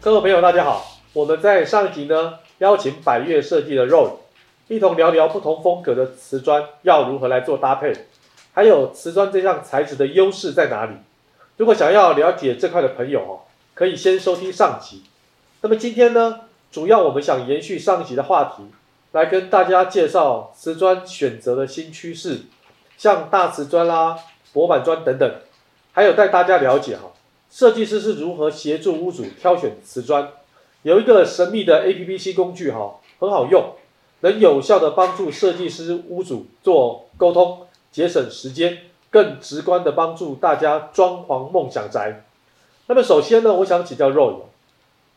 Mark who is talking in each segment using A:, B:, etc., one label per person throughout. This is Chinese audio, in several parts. A: 各位朋友，大家好。我们在上一集呢，邀请百越设计的 Roy，一同聊聊不同风格的瓷砖要如何来做搭配，还有瓷砖这项材质的优势在哪里。如果想要了解这块的朋友哦，可以先收听上集。那么今天呢，主要我们想延续上一集的话题，来跟大家介绍瓷砖选择的新趋势，像大瓷砖啦、薄板砖等等，还有带大家了解哈、设计师是如何协助屋主挑选瓷砖。有一个神秘的 A P P C 工具哈、很好用，能有效的帮助设计师、屋主做沟通，节省时间，更直观的帮助大家装潢梦想宅。那么首先呢，我想请教 Roy，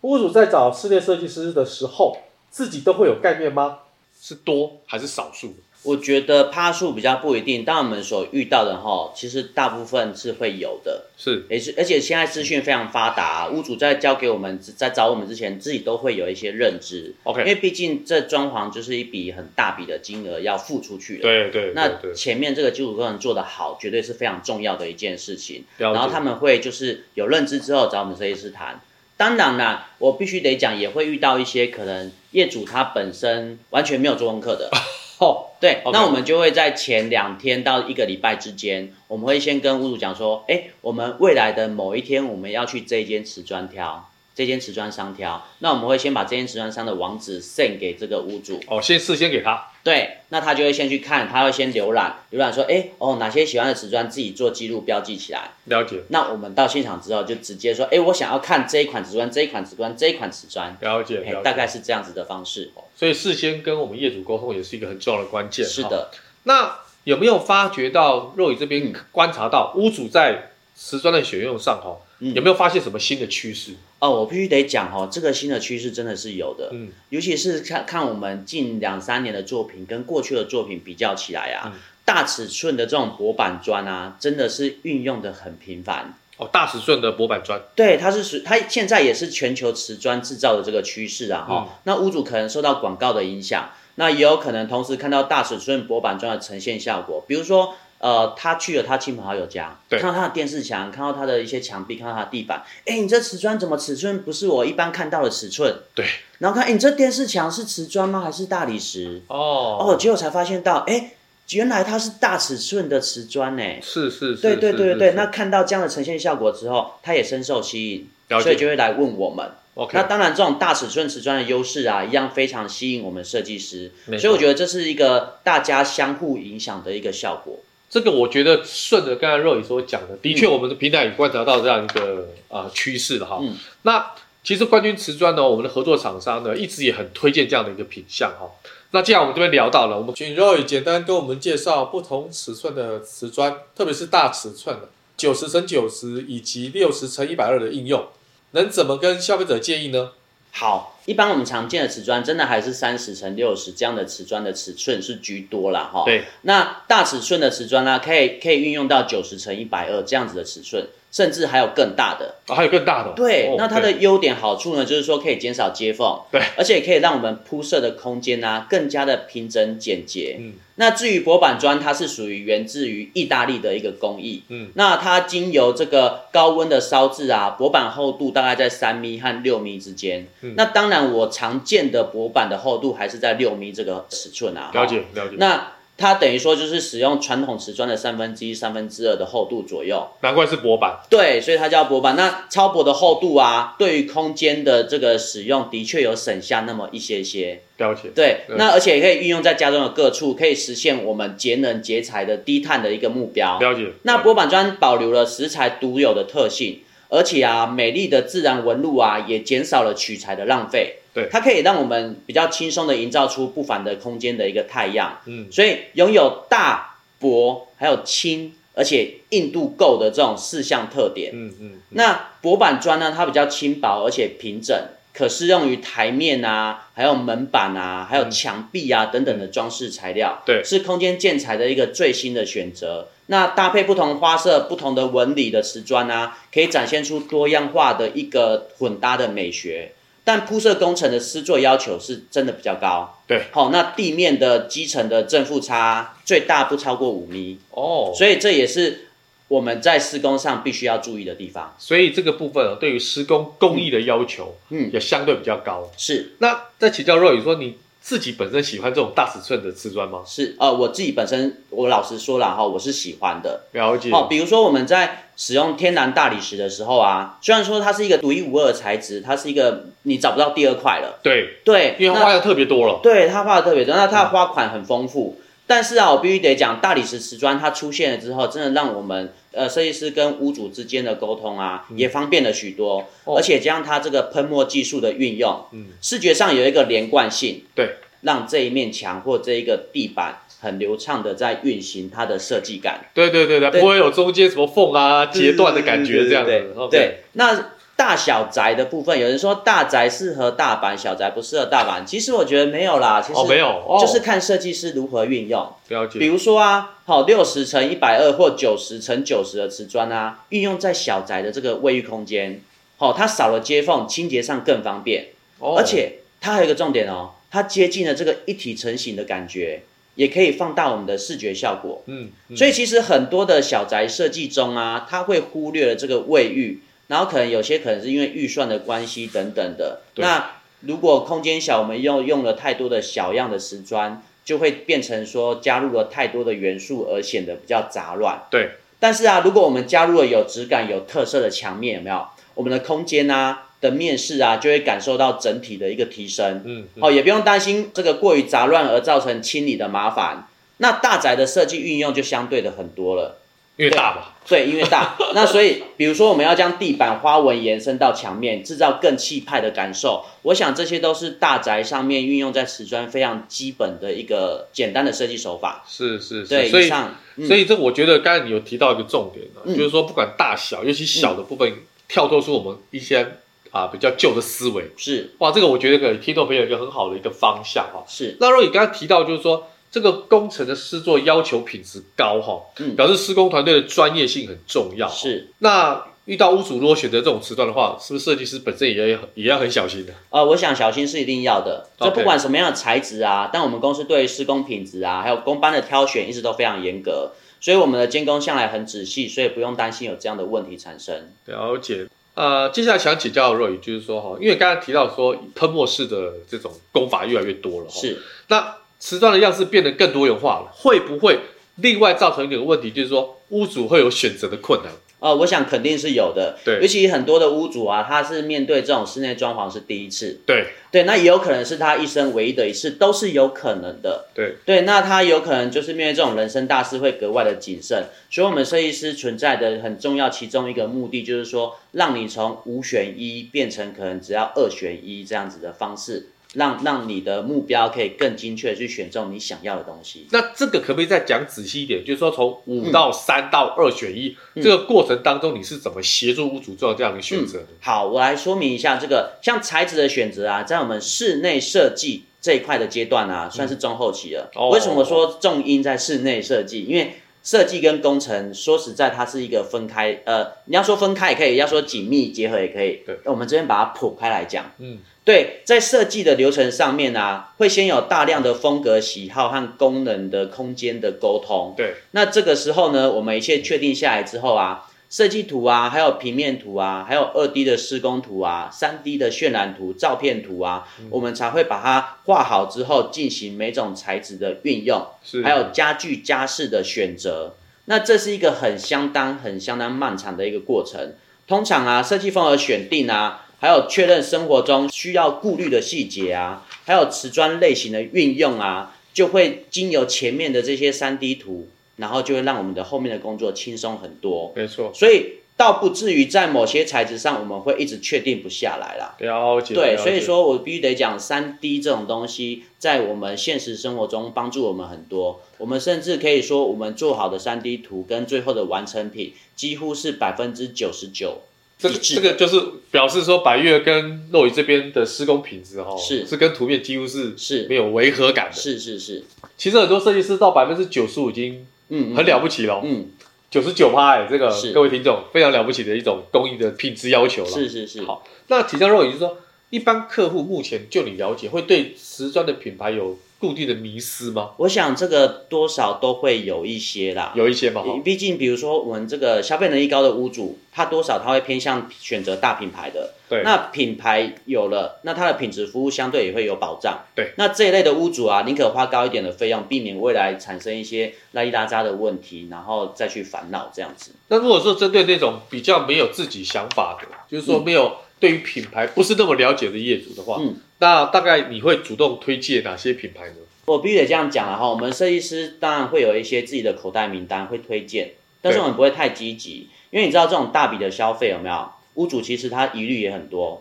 A: 屋主在找室内设计师的时候，自己都会有概念吗？
B: 是多还是少数？
C: 我觉得趴数比较不一定，但我们所遇到的哈，其实大部分是会有的，
B: 是
C: 也是而且现在资讯非常发达、啊屋主在交给我们在找我们之前，自己都会有一些认知，因
B: OK，
C: 为毕竟这装潢就是一笔很大笔的金额要付出去的。
B: 对对对
C: 那
B: 对，
C: 前面这个基础课程做得好，绝对是非常重要的一件事情。
B: 了解
C: 然后他们会就是有认知之后找我们设计师谈。当然啦，我必须得讲，也会遇到一些可能业主他本身完全没有做功课 的。
B: 哦
C: 对
B: OK
C: 那我们就会在前两天到一个礼拜之间，我们会先跟屋主讲说，哎，我们未来的某一天我们要去这一间瓷砖挑，这间瓷砖商挑，那我们会先把这间瓷砖商的网址 send 给这个屋主，
B: 哦，先事先给他
C: 对，那他就会先去看，他会先浏览，浏览说，哎，哦，哪些喜欢的瓷砖自己做记录标记起来。
B: 了解
C: 那我们到现场之后就直接说，哎，我想要看这一款瓷砖，这一款瓷砖，这一款瓷砖，
B: 了解
C: 哎
B: 了解，
C: 大概是这样子的方式。
B: 所以事先跟我们业主沟通也是一个很重要的关键。
C: 是
B: 哈，
C: 的，
B: 那有没有发觉到肉宇这边观察到屋主在瓷砖的选用上哈，
C: 嗯
B: 有没有发现什么新的趋势？
C: 哦，我必须得讲哦，这个新的趋势真的是有的，
B: 嗯，
C: 尤其是看看我们近两三年的作品跟过去的作品比较起来啊，
B: 嗯
C: 大尺寸的这种薄板砖啊，真的是运用的很频繁。
B: 哦，大尺寸的薄板砖，
C: 对，它是属，它现在也是全球瓷砖制造的这个趋势啊，哈、
B: 嗯
C: 那屋主可能受到广告的影响，那也有可能同时看到大尺寸薄板砖的呈现效果，比如说。呃，他去了他亲朋好友家，
B: 对
C: 看到他的电视墙，看到他的一些墙壁，看到他的地板，哎，你这瓷砖怎么尺寸不是我一般看到的尺寸？
B: 对，
C: 然后看，哎，你这电视墙是瓷砖吗？还是大理石？哦，
B: 哦，
C: 结果才发现到，哎，原来它是大尺寸的瓷砖呢。
B: 是是是，
C: 对对
B: 是
C: 对对
B: 是
C: 对，
B: 是
C: 那看到这样的呈现效果之后，他也深受吸引，
B: 了解
C: 所以就会来问我们。那
B: OK，
C: 当然，这种大尺寸瓷砖的优势啊，一样非常吸引我们设计师，
B: 没错
C: 所以我觉得这是一个大家相互影响的一个效果。
B: 这个我觉得顺着刚才若雨所讲的，的确我们的平台也观察到这样一个啊趋势了哈。
C: 嗯
B: 那其实冠军瓷砖呢，我们的合作厂商呢，一直也很推荐这样的一个品相哈。那既然我们这边聊到了，我们
A: 请 Roy 简单跟我们介绍不同尺寸的瓷砖，特别是大尺寸的九十乘九十以及六十乘一百二的应用，能怎么跟消费者建议呢？
C: 好，一般我们常见的瓷砖，真的还是三十乘六十这样的瓷砖的尺寸是居多啦，哈。
B: 对
C: 那大尺寸的瓷砖呢、可以可以运用到九十乘一百二这样子的尺寸，甚至还有更大的。
B: 啊还有更大的哦，
C: 对，
B: 哦
C: 那它的优点好处呢，就是说可以减少接缝，
B: 对，
C: 而且可以让我们铺设的空间啊更加的平整简洁。
B: 嗯，
C: 那至于薄板砖，它是属于源自于意大利的一个工艺，
B: 嗯，
C: 那它经由这个高温的烧制啊，薄板厚度大概在三米和六米之间。
B: 嗯
C: 那当然，我常见的薄板的厚度还是在六米这个尺寸啊。
B: 了解了解，
C: 那它等于说就是使用传统瓷砖的三分之一、三分之二的厚度左右，
B: 难怪是薄板，
C: 对，所以它叫薄板。那超薄的厚度啊，对于空间的这个使用的确有省下那么一些些。
B: 了解
C: 对，
B: 嗯
C: 那而且也可以运用在家中的各处，可以实现我们节能节材的低碳的一个目标。
B: 了解。
C: 那薄板砖保留了石材独有的特性，而且啊，美丽的自然纹路啊，也减少了取材的浪费。
B: 对
C: 它可以让我们比较轻松的营造出不凡的空间的一个太阳。
B: 嗯
C: 所以拥有大、薄还有轻，而且硬度够的这种四项特点。
B: 嗯嗯，嗯
C: 那薄板砖呢，它比较轻薄而且平整，可适用于台面啊，还有门板啊，还有墙壁啊、等等的装饰材料。
B: 嗯对
C: 是空间建材的一个最新的选择。那搭配不同花色、不同的纹理的瓷砖啊，可以展现出多样化的一个混搭的美学。但铺设工程的施作要求是真的比较高。
B: 对，
C: 好、那地面的基层的正负差最大不超过五米，
B: 哦，
C: 所以这也是我们在施工上必须要注意的地方。
B: 所以这个部分哦，对于施工工艺的要求，
C: 嗯
B: 也相对比较高。
C: 是，
B: 那在请教若雨说，你自己本身喜欢这种大尺寸的瓷砖吗？
C: 是呃，我自己本身我老实说了哈，我是喜欢的
B: 了解，
C: 哦。比如说我们在使用天然大理石的时候啊，虽然说它是一个独一无二的材质，它是一个你找不到第二块了，
B: 对，
C: 对，
B: 因为它
C: 那
B: 花样特别多了，
C: 对它花的特别多，
B: 嗯
C: 那它的花款很丰富。但是啊，我必须得讲，大理石瓷砖它出现了之后，真的让我们呃设计师跟屋主之间的沟通啊，也方便了许多，
B: 嗯哦
C: 而且加上它这个喷墨技术的运用，
B: 嗯，
C: 视觉上有一个连贯性，
B: 对，
C: 让这一面墙或这一个地板很流畅的在运行它的设计感，
B: 对对对对，
C: 对
B: 不会有中间什么缝啊、截断的感觉这样
C: 对对
B: 子。
C: 对
B: OK
C: 对，那大小宅的部分，有人说大宅适合大阪，小宅不适合大阪，其实我觉得没有啦，其实
B: 哦，没有，哦，
C: 就是看设计师如何运用。
B: 了解，
C: 比如说啊，好六十乘一百二或九十乘九十的瓷砖啊，运用在小宅的这个卫浴空间，好、它少了接缝，清洁上更方便。
B: 哦
C: 而且它还有一个重点哦，它接近了这个一体成型的感觉，也可以放大我们的视觉效果。
B: 嗯，嗯
C: 所以其实很多的小宅设计中啊，它会忽略了这个卫浴，然后可能有些可能是因为预算的关系等等的。
B: 对
C: 那如果空间小，我们又用了太多的小样的瓷砖，就会变成说加入了太多的元素，而显得比较杂乱。
B: 对，
C: 但是啊，如果我们加入了有质感、有特色的墙面，有没有？我们的空间啊的面试啊，就会感受到整体的一个提升。
B: 嗯，嗯
C: 哦，也不用担心这个过于杂乱而造成清理的麻烦。那大宅的设计运用就相对的很多了，
B: 因为大嘛，
C: 对，因为 大，那所以比如说我们要将地板花纹延伸到墙面，制造更气派的感受。我想这些都是大宅上面运用在瓷砖非常基本的一个简单的设计手法。
B: 是是是，
C: 对，
B: 所
C: 以
B: 以
C: 上，嗯
B: 所以这我觉得刚才你有提到一个重点啊，
C: 嗯
B: 就是说不管大小，尤其小的部分，跳脱出我们一些啊比较旧的思维，
C: 是
B: 哇，这个我觉得给听众朋友一个很好的一个方向啊。
C: 是，
B: 那如果你刚刚提到就是说这个工程的施作要求品质高哈，
C: 嗯
B: 表示施工团队的专业性很重要。，哦
C: 是。
B: 那遇到屋主如果选择这种瓷砖的话，是不是设计师本身也要也要很小心的？
C: 呃，我想小心是一定要的，这
B: OK
C: 不管什么样的材质啊，但我们公司对于施工品质啊，还有工班的挑选一直都非常严格，所以我们的监工向来很仔细，所以不用担心有这样的问题产生。
B: 了解。呃，接下来想请教若雨，就是说哈，因为刚才提到说喷墨式的这种工法越来越多了哈，
C: 是，
B: 那瓷砖的样式变得更多元化了，会不会另外造成一个问题，就是说屋主会有选择的困难？
C: 呃，我想肯定是有的，
B: 对
C: 尤其很多的屋主啊，他是面对这种室内装潢是第一次，
B: 对
C: 对，那也有可能是他一生唯一的一次，都是有可能的。
B: 对，
C: 对，那他有可能就是面对这种人生大事会格外的谨慎，所以我们设计师存在的很重要，其中一个目的就是说，让你从五选一变成可能只要二选一这样子的方式，让让你的目标可以更精确的去选中你想要的东西。
B: 那这个可不可以再讲仔细一点？就是说从五到三到二选一、这个过程当中，你是怎么协助屋主做这样的选择的？
C: 好，我来说明一下这个，像材质的选择啊，在我们室内设计这一块的阶段啊，算是中后期了。
B: 嗯哦
C: 为什么说重音在室内设计？因为设计跟工程，说实在，它是一个分开，呃，你要说分开也可以，要说紧密结合也可以。
B: 对，
C: 我们这边把它剖开来讲。
B: 嗯，
C: 对，在设计的流程上面啊，会先有大量的风格喜好和功能的空间的沟通。
B: 对，
C: 那这个时候呢，我们一切确定下来之后啊，设计图啊，还有平面图啊，还有二 D 的施工图啊，三 D 的渲染图、照片图啊，我们才会把它画好之后，进行每种材质的运用，
B: 是
C: 还有家具家饰的选择。那这是一个很相当、很相当漫长的一个过程。通常啊，设计风格选定啊，还有确认生活中需要顾虑的细节啊，还有瓷砖类型的运用啊，就会经由前面的这些三 D 图，然后就会让我们的后面的工作轻松很多。
B: 没错，
C: 所以倒不至于在某些材质上我们会一直确定不下来啦。
B: 了解。
C: 对，
B: 了解
C: 所以说我必须得讲，三 D 这种东西在我们现实生活中帮助我们很多。我们甚至可以说，我们做好的三 D 图跟最后的完成品几乎是百分之九十九
B: 这
C: 一
B: 个
C: 致
B: 这个就是表示说，百越跟肉宇这边的施工品质哦，
C: 是
B: 是跟图面几乎是没
C: 是
B: 有违和感的。
C: 是是是，
B: 其实很多设计师到百分之九十五已经
C: 嗯，嗯
B: 很了不起了，
C: 嗯
B: 九十九趴哎，这个
C: 是
B: 各位听众非常了不起的一种工艺的品质要求了。
C: 是是是，
B: 好，那体香肉也就是说，一般客户目前就你了解，会对瓷砖的品牌有固定的迷思吗？
C: 我想这个多少都会有一些啦。
B: 有一些吗？哈
C: 毕竟，比如说我们这个消费能力高的屋主，他多少他会偏向选择大品牌的。
B: 对
C: 那品牌有了，那它的品质服务相对也会有保障。
B: 对。
C: 那这一类的屋主啊，宁可花高一点的费用，避免未来产生一些拉里拉扎的问题，然后再去烦恼这样子。
B: 那如果说针对那种比较没有自己想法的，就是说没有对于品牌不是那么了解的业主的话，
C: 嗯
B: 那大概你会主动推荐哪些品牌呢？
C: 我必须得这样讲了哈，我们设计师当然会有一些自己的口袋名单会推荐，但是
B: 对
C: 我们不会太积极，因为你知道这种大笔的消费有没有？屋主其实他疑虑也很多，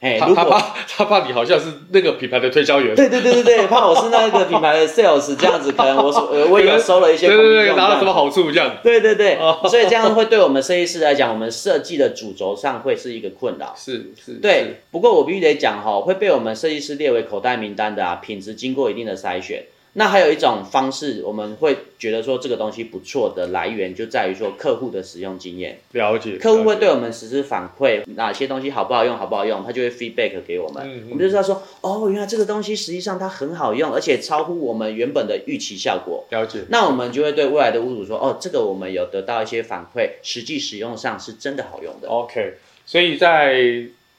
C: 哎，
B: 他
C: 如
B: 他
C: 果
B: 怕 他怕你好像是那个品牌的推销员，
C: 对对对对对，怕我是那个品牌的 sales 这样子，可能我所呃我有收了一些
B: 对
C: 功
B: 对
C: 利
B: 对，
C: 用
B: 拿
C: 这
B: 到
C: 样
B: 什么好处这样？
C: 对对对
B: 哦，
C: 所以这样会对我们设计师来讲，我们设计的主轴上会是一个困扰。
B: 是是，
C: 对，不过我必须得讲哈、会被我们设计师列为口袋名单的啊，品质经过一定的筛选。那还有一种方式，我们会觉得说这个东西不错的来源就在于说客户的使用经验，
B: 是了解。
C: 客户
B: 了
C: 会
B: 解
C: 对我们实施反馈，哪些东西好不好用，好不好用，他就会 feedback 给我们，
B: 嗯嗯
C: 我们就知道说，哦，原来这个东西实际上它很好用，而且超乎我们原本的预期效果。
B: 了解。
C: 那我们就会对未来的屋主说，哦，这个我们有得到一些反馈，实际使用上是真的好用的。
B: OK，所以在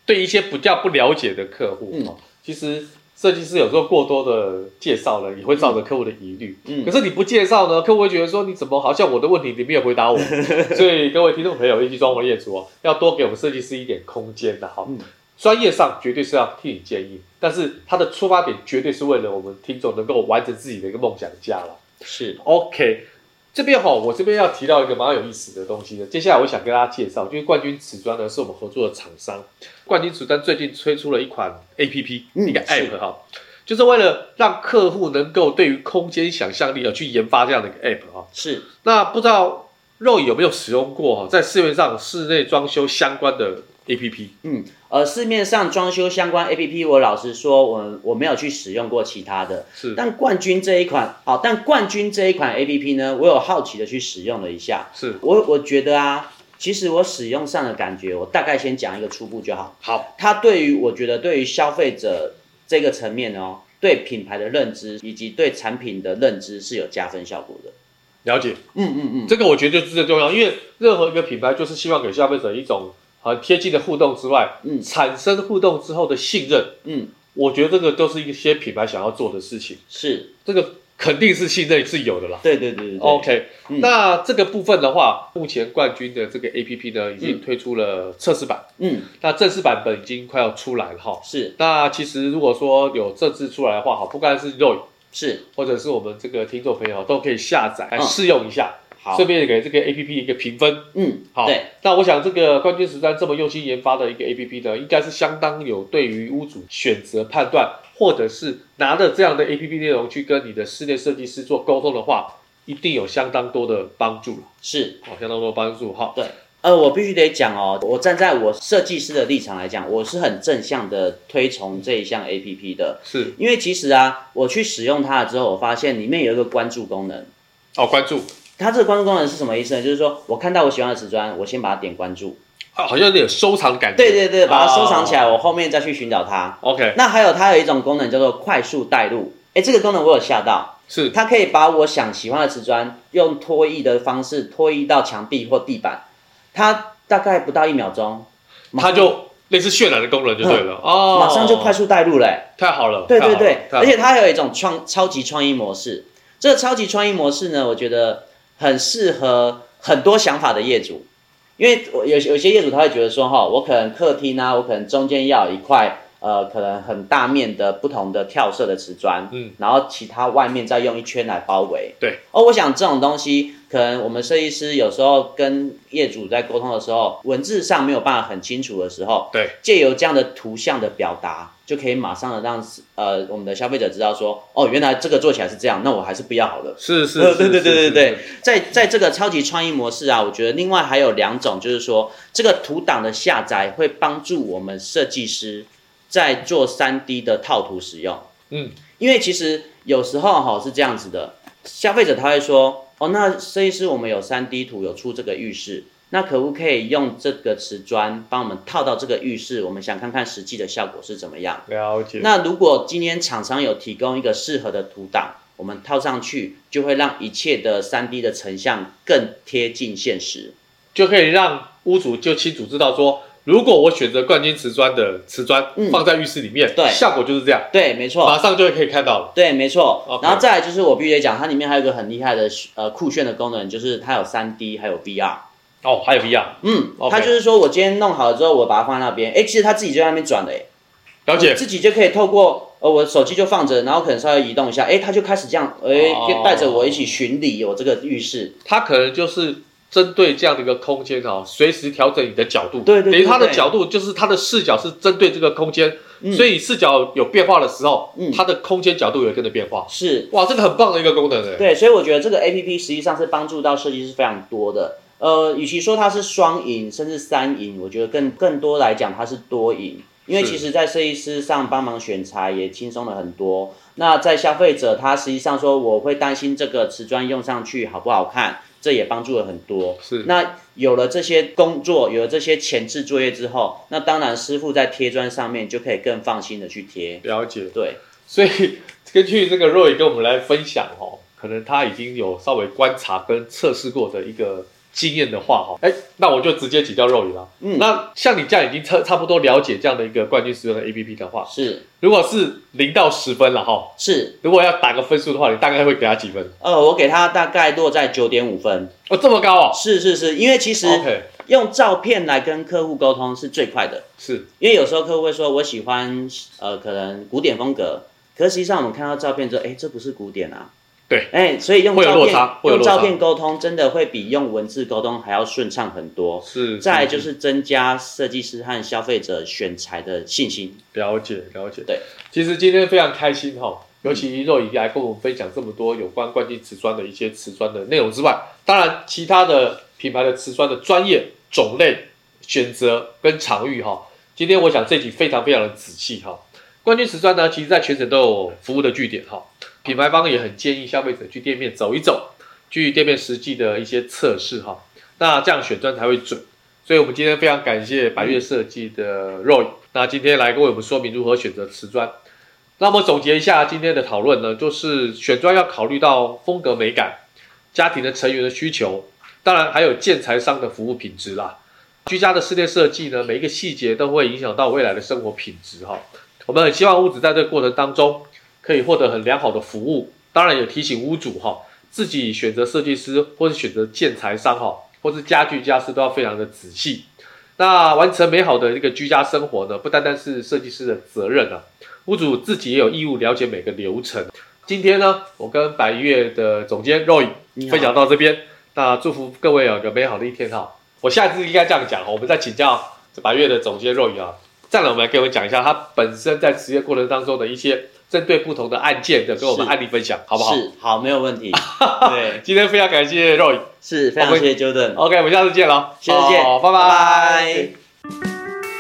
B: 对一些比较不了解的客户，哦
C: 嗯
B: 其实设计师有时候过多的介绍了，也会造成客户的疑虑。
C: 嗯
B: 可是你不介绍呢，客户会觉得说你怎么好像我的问题你没有回答 我。所以各位听众朋友，一起装潢业主哦，要多给我们设计师一点空间的哈。
C: 嗯
B: 专业上绝对是要替你建议，但是他的出发点绝对是为了我们听众能够完成自己的一个梦想家了。
C: 是，
B: OK，这边哈、我这边要提到一个蛮有意思的东西的。接下来我想跟大家介绍，就是冠军瓷砖呢是我们合作的厂商。冠军瓷砖最近推出了一款 APP，、
C: 嗯
B: 一个
C: 是
B: App 哈、就是为了让客户能够对于空间想象力而去研发这样的一个 App 哈、
C: 是，
B: 那不知道肉有没有使用过哈、在市面上室内装修相关的 APP？
C: 嗯，呃，市面上装修相关 APP，我老实说，我我没有去使用过其他的，
B: 是
C: 但冠军这一款，好、但冠军这一款 APP 呢，我有好奇的去使用了一下，
B: 是，
C: 我我觉得啊，其实我使用上的感觉，我大概先讲一个初步就好。
B: 好，
C: 它对于我觉得对于消费者这个层面哦，对品牌的认知以及对产品的认知是有加分效果的。
B: 了解。
C: 嗯嗯嗯，
B: 这个我觉得就是最重要，因为任何一个品牌就是希望给消费者一种很贴近的互动之外，
C: 嗯
B: 产生互动之后的信任，
C: 嗯，
B: 我觉得这个都是一些品牌想要做的事情，
C: 是，
B: 这个肯定是信任是有的啦。
C: 对对对对对
B: OK，、
C: 嗯
B: 那这个部分的话，目前冠军的这个 APP 呢已经推出了测试版，
C: 嗯，
B: 那正式版本已经快要出来了哈。
C: 是
B: 那其实如果说有正式出来的话，好，不管是 Roy
C: 是，
B: 或者是我们这个听众朋友都可以下载来
C: 嗯
B: 试用一下，
C: 好
B: 顺，便给这个 APP 一个评分。
C: 嗯，
B: 好
C: 对，，
B: 那我想这个冠军实战这么用心研发的一个 APP 呢，应该是相当有对于屋主选择判断，或者是拿着这样的 APP 内容去跟你的室内设计师做沟通的话，一定有相当多的帮助了，
C: 是。
B: 好，相当多的帮助哈。
C: 对，呃，我必须得讲哦，我站在我设计师的立场来讲，我是很正向的推崇这一项 A P P 的，
B: 是
C: 因为其实啊，我去使用它了之后，我发现里面有一个关注功能。
B: 哦，关注
C: 它这个关注功能是什么意思呢？就是说我看到我喜欢的瓷砖，我先把它点关注，
B: 啊，好像有点收藏的感觉。
C: 对对对，把它收藏起来，
B: 哦
C: 我后面再去寻找它。
B: OK，
C: 那还有它有一种功能叫做快速带入，哎，这个功能我有吓到，
B: 是
C: 它可以把我想喜欢的瓷砖用拖曳的方式拖曳到墙壁或地板，它大概不到一秒钟，
B: 它就类似渲染的功能就对了哦，
C: 嗯马上就快速带入嘞、
B: 太好了，
C: 对
B: 太好
C: 对
B: 了太
C: 对，
B: 好
C: 而
B: 了
C: 且它还有一种创超级创意模式。这个超级创意模式呢，我觉得很适合很多想法的业主，因为我有有些业主他会觉得说，哈，我可能客厅啊，我可能中间要有一块呃可能很大面的不同的跳色的瓷砖，
B: 嗯，
C: 然后其他外面再用一圈来包围。
B: 对，
C: 哦，我想这种东西，可能我们设计师有时候跟业主在沟通的时候，文字上没有办法很清楚的时候，
B: 对，
C: 借由这样的图像的表达，就可以马上的让呃我们的消费者知道说，哦，原来这个做起来是这样，那我还是不要好了。
B: 是是，
C: 呃
B: 是
C: 对对
B: 是
C: 对对
B: 是
C: 对，在在这个超级创意模式啊，我觉得另外还有两种，就是说这个图档的下载会帮助我们设计师在做三 D 的套图使用。
B: 嗯，
C: 因为其实有时候哈、是这样子的，消费者他会说，哦，那设计师我们有三 D 图，有出这个浴室。那可不可以用这个瓷砖帮我们套到这个浴室？我们想看看实际的效果是怎么样。
B: 了解。
C: 那如果今天厂商有提供一个适合的图档，我们套上去，就会让一切的三 D 的成像更贴近现实。
B: 就可以让屋主就清楚知道说，如果我选择冠军瓷砖的瓷砖
C: 嗯
B: 放在浴室里面，
C: 对哦
B: 效果就是这样，
C: 对，没错，
B: 马上就可以看到了。
C: 对，没错。
B: OK
C: 然后再来就是我必须得讲，它里面还有一个很厉害的呃酷炫的功能，就是它有三 D 还有 VR。
B: 哦，还有 VR，
C: 嗯
B: OK
C: 它就是说我今天弄好了之后，我把它放在那边，哎，其实它自己就在那边转了，哎，
B: 了解。
C: 自己就可以透过呃我手机就放着，然后可能稍微移动一下，哎，它就开始这样，哎
B: 哦，
C: 就带着我一起巡礼我这个浴室。
B: 它可能就是针对这样的一个空间哦，随时调整你的角度。
C: 对对对
B: 等于它的
C: 对
B: 角度就是它的视角是针对这个空间，
C: 嗯
B: 所以视角有变化的时候，
C: 嗯
B: 它的空间角度也跟着变化。
C: 是，
B: 哇，这个很棒的一个功能哎。
C: 对，所以我觉得这个 A P P 实际上是帮助到设计师非常多的。呃，与其说它是双赢，甚至三赢，我觉得更更多来讲它是多赢，因为
B: 是
C: 其实在设计师上帮忙选材也轻松了很多。那在消费者他实际上说我会担心这个瓷砖用上去好不好看，这也帮助了很多。
B: 是
C: 那有了这些工作，有了这些前置作业之后，那当然师傅在贴砖上面就可以更放心的去贴。
B: 了解。
C: 对，
B: 所以根据这个 Roy 跟我们来分享哦，可能他已经有稍微观察跟测试过的一个经验的话哈，哎，那我就直接请教 Roy 啦。
C: 嗯
B: 那像你这样已经差差不多了解这样的一个冠军使用的 APP 的话，
C: 是
B: 如果是零到十分了哈，
C: 是，
B: 如果要打个分数的话，你大概会给他几分？
C: 呃，我给他大概落在九点五分。
B: 哦，这么高哦。
C: 是是是，因为其实
B: OK，
C: 用照片来跟客户沟通是最快的，
B: 是
C: 因为有时候客户会说我喜欢呃可能古典风格，可是实际上我们看到照片之后，哎，这不是古典啊。
B: 对，
C: 哎，所以用
B: 会有
C: 照
B: 落
C: 片
B: 差会有
C: 用
B: 落差
C: 照片沟通，真的会比用文字沟通还要顺畅很多。
B: 是。
C: 再来就是增加设计师和消费者选材的信心。
B: 了解了解，
C: 对，
B: 其实今天非常开心哈、尤其肉姨来跟我们分享这么多有关冠军瓷砖的一些瓷砖的内容之外，当然其他的品牌的瓷砖的专业种类选择跟场域哈、今天我想这集非常非常的仔细哈、冠军瓷砖呢，其实在全省都有服务的据点哈、品牌方也很建议消费者去店面走一走，去店面实际的一些测试哈、那这样选砖才会准。所以我们今天非常感谢百越设计的 Roy，、那今天来为我们说明如何选择瓷砖。那么总结一下今天的讨论呢，就是选砖要考虑到风格美感、家庭的成员的需求，当然还有建材商的服务品质啦。居家的室内设计呢，每一个细节都会影响到未来的生活品质哈。我们很希望屋主在这个过程当中可以获得很良好的服务，当然也提醒屋主哈，自己选择设计师或是选择建材商哈，或是家具家私都要非常的仔细。那完成美好的这个居家生活呢，不单单是设计师的责任啊，屋主自己也有义务了解每个流程。今天呢，我跟百越的总监 Roy
C: 你好
B: 分享到这边，那祝福各位有个美好的一天哈。我下次应该这样讲哦，我们再请教百越的总监 Roy 啊。再来，我们来给我们讲一下他本身在职业过程当中的一些针对不同的案件的跟我们
C: 是
B: 案例分享，好不好？
C: 是，好，没有问 题。对，
B: 今天非常感谢 Roy，
C: 是非常
B: 我
C: 谢
B: 们
C: 谢 Jordan。
B: OK，我们下次见喽，
C: 下次见，
B: 好拜
C: 拜
B: 拜
C: 拜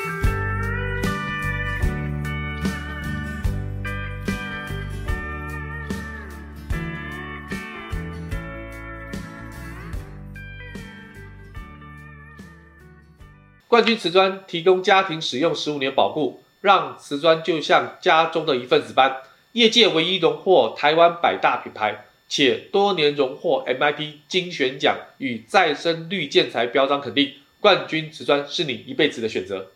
B: 冠军瓷砖提供家庭使用十五年保护，让瓷砖就像家中的一份子般。业界唯一荣获台湾百大品牌，且多年荣获 MIP 精选奖与再生绿建材标章肯定。冠军瓷砖是你一辈子的选择。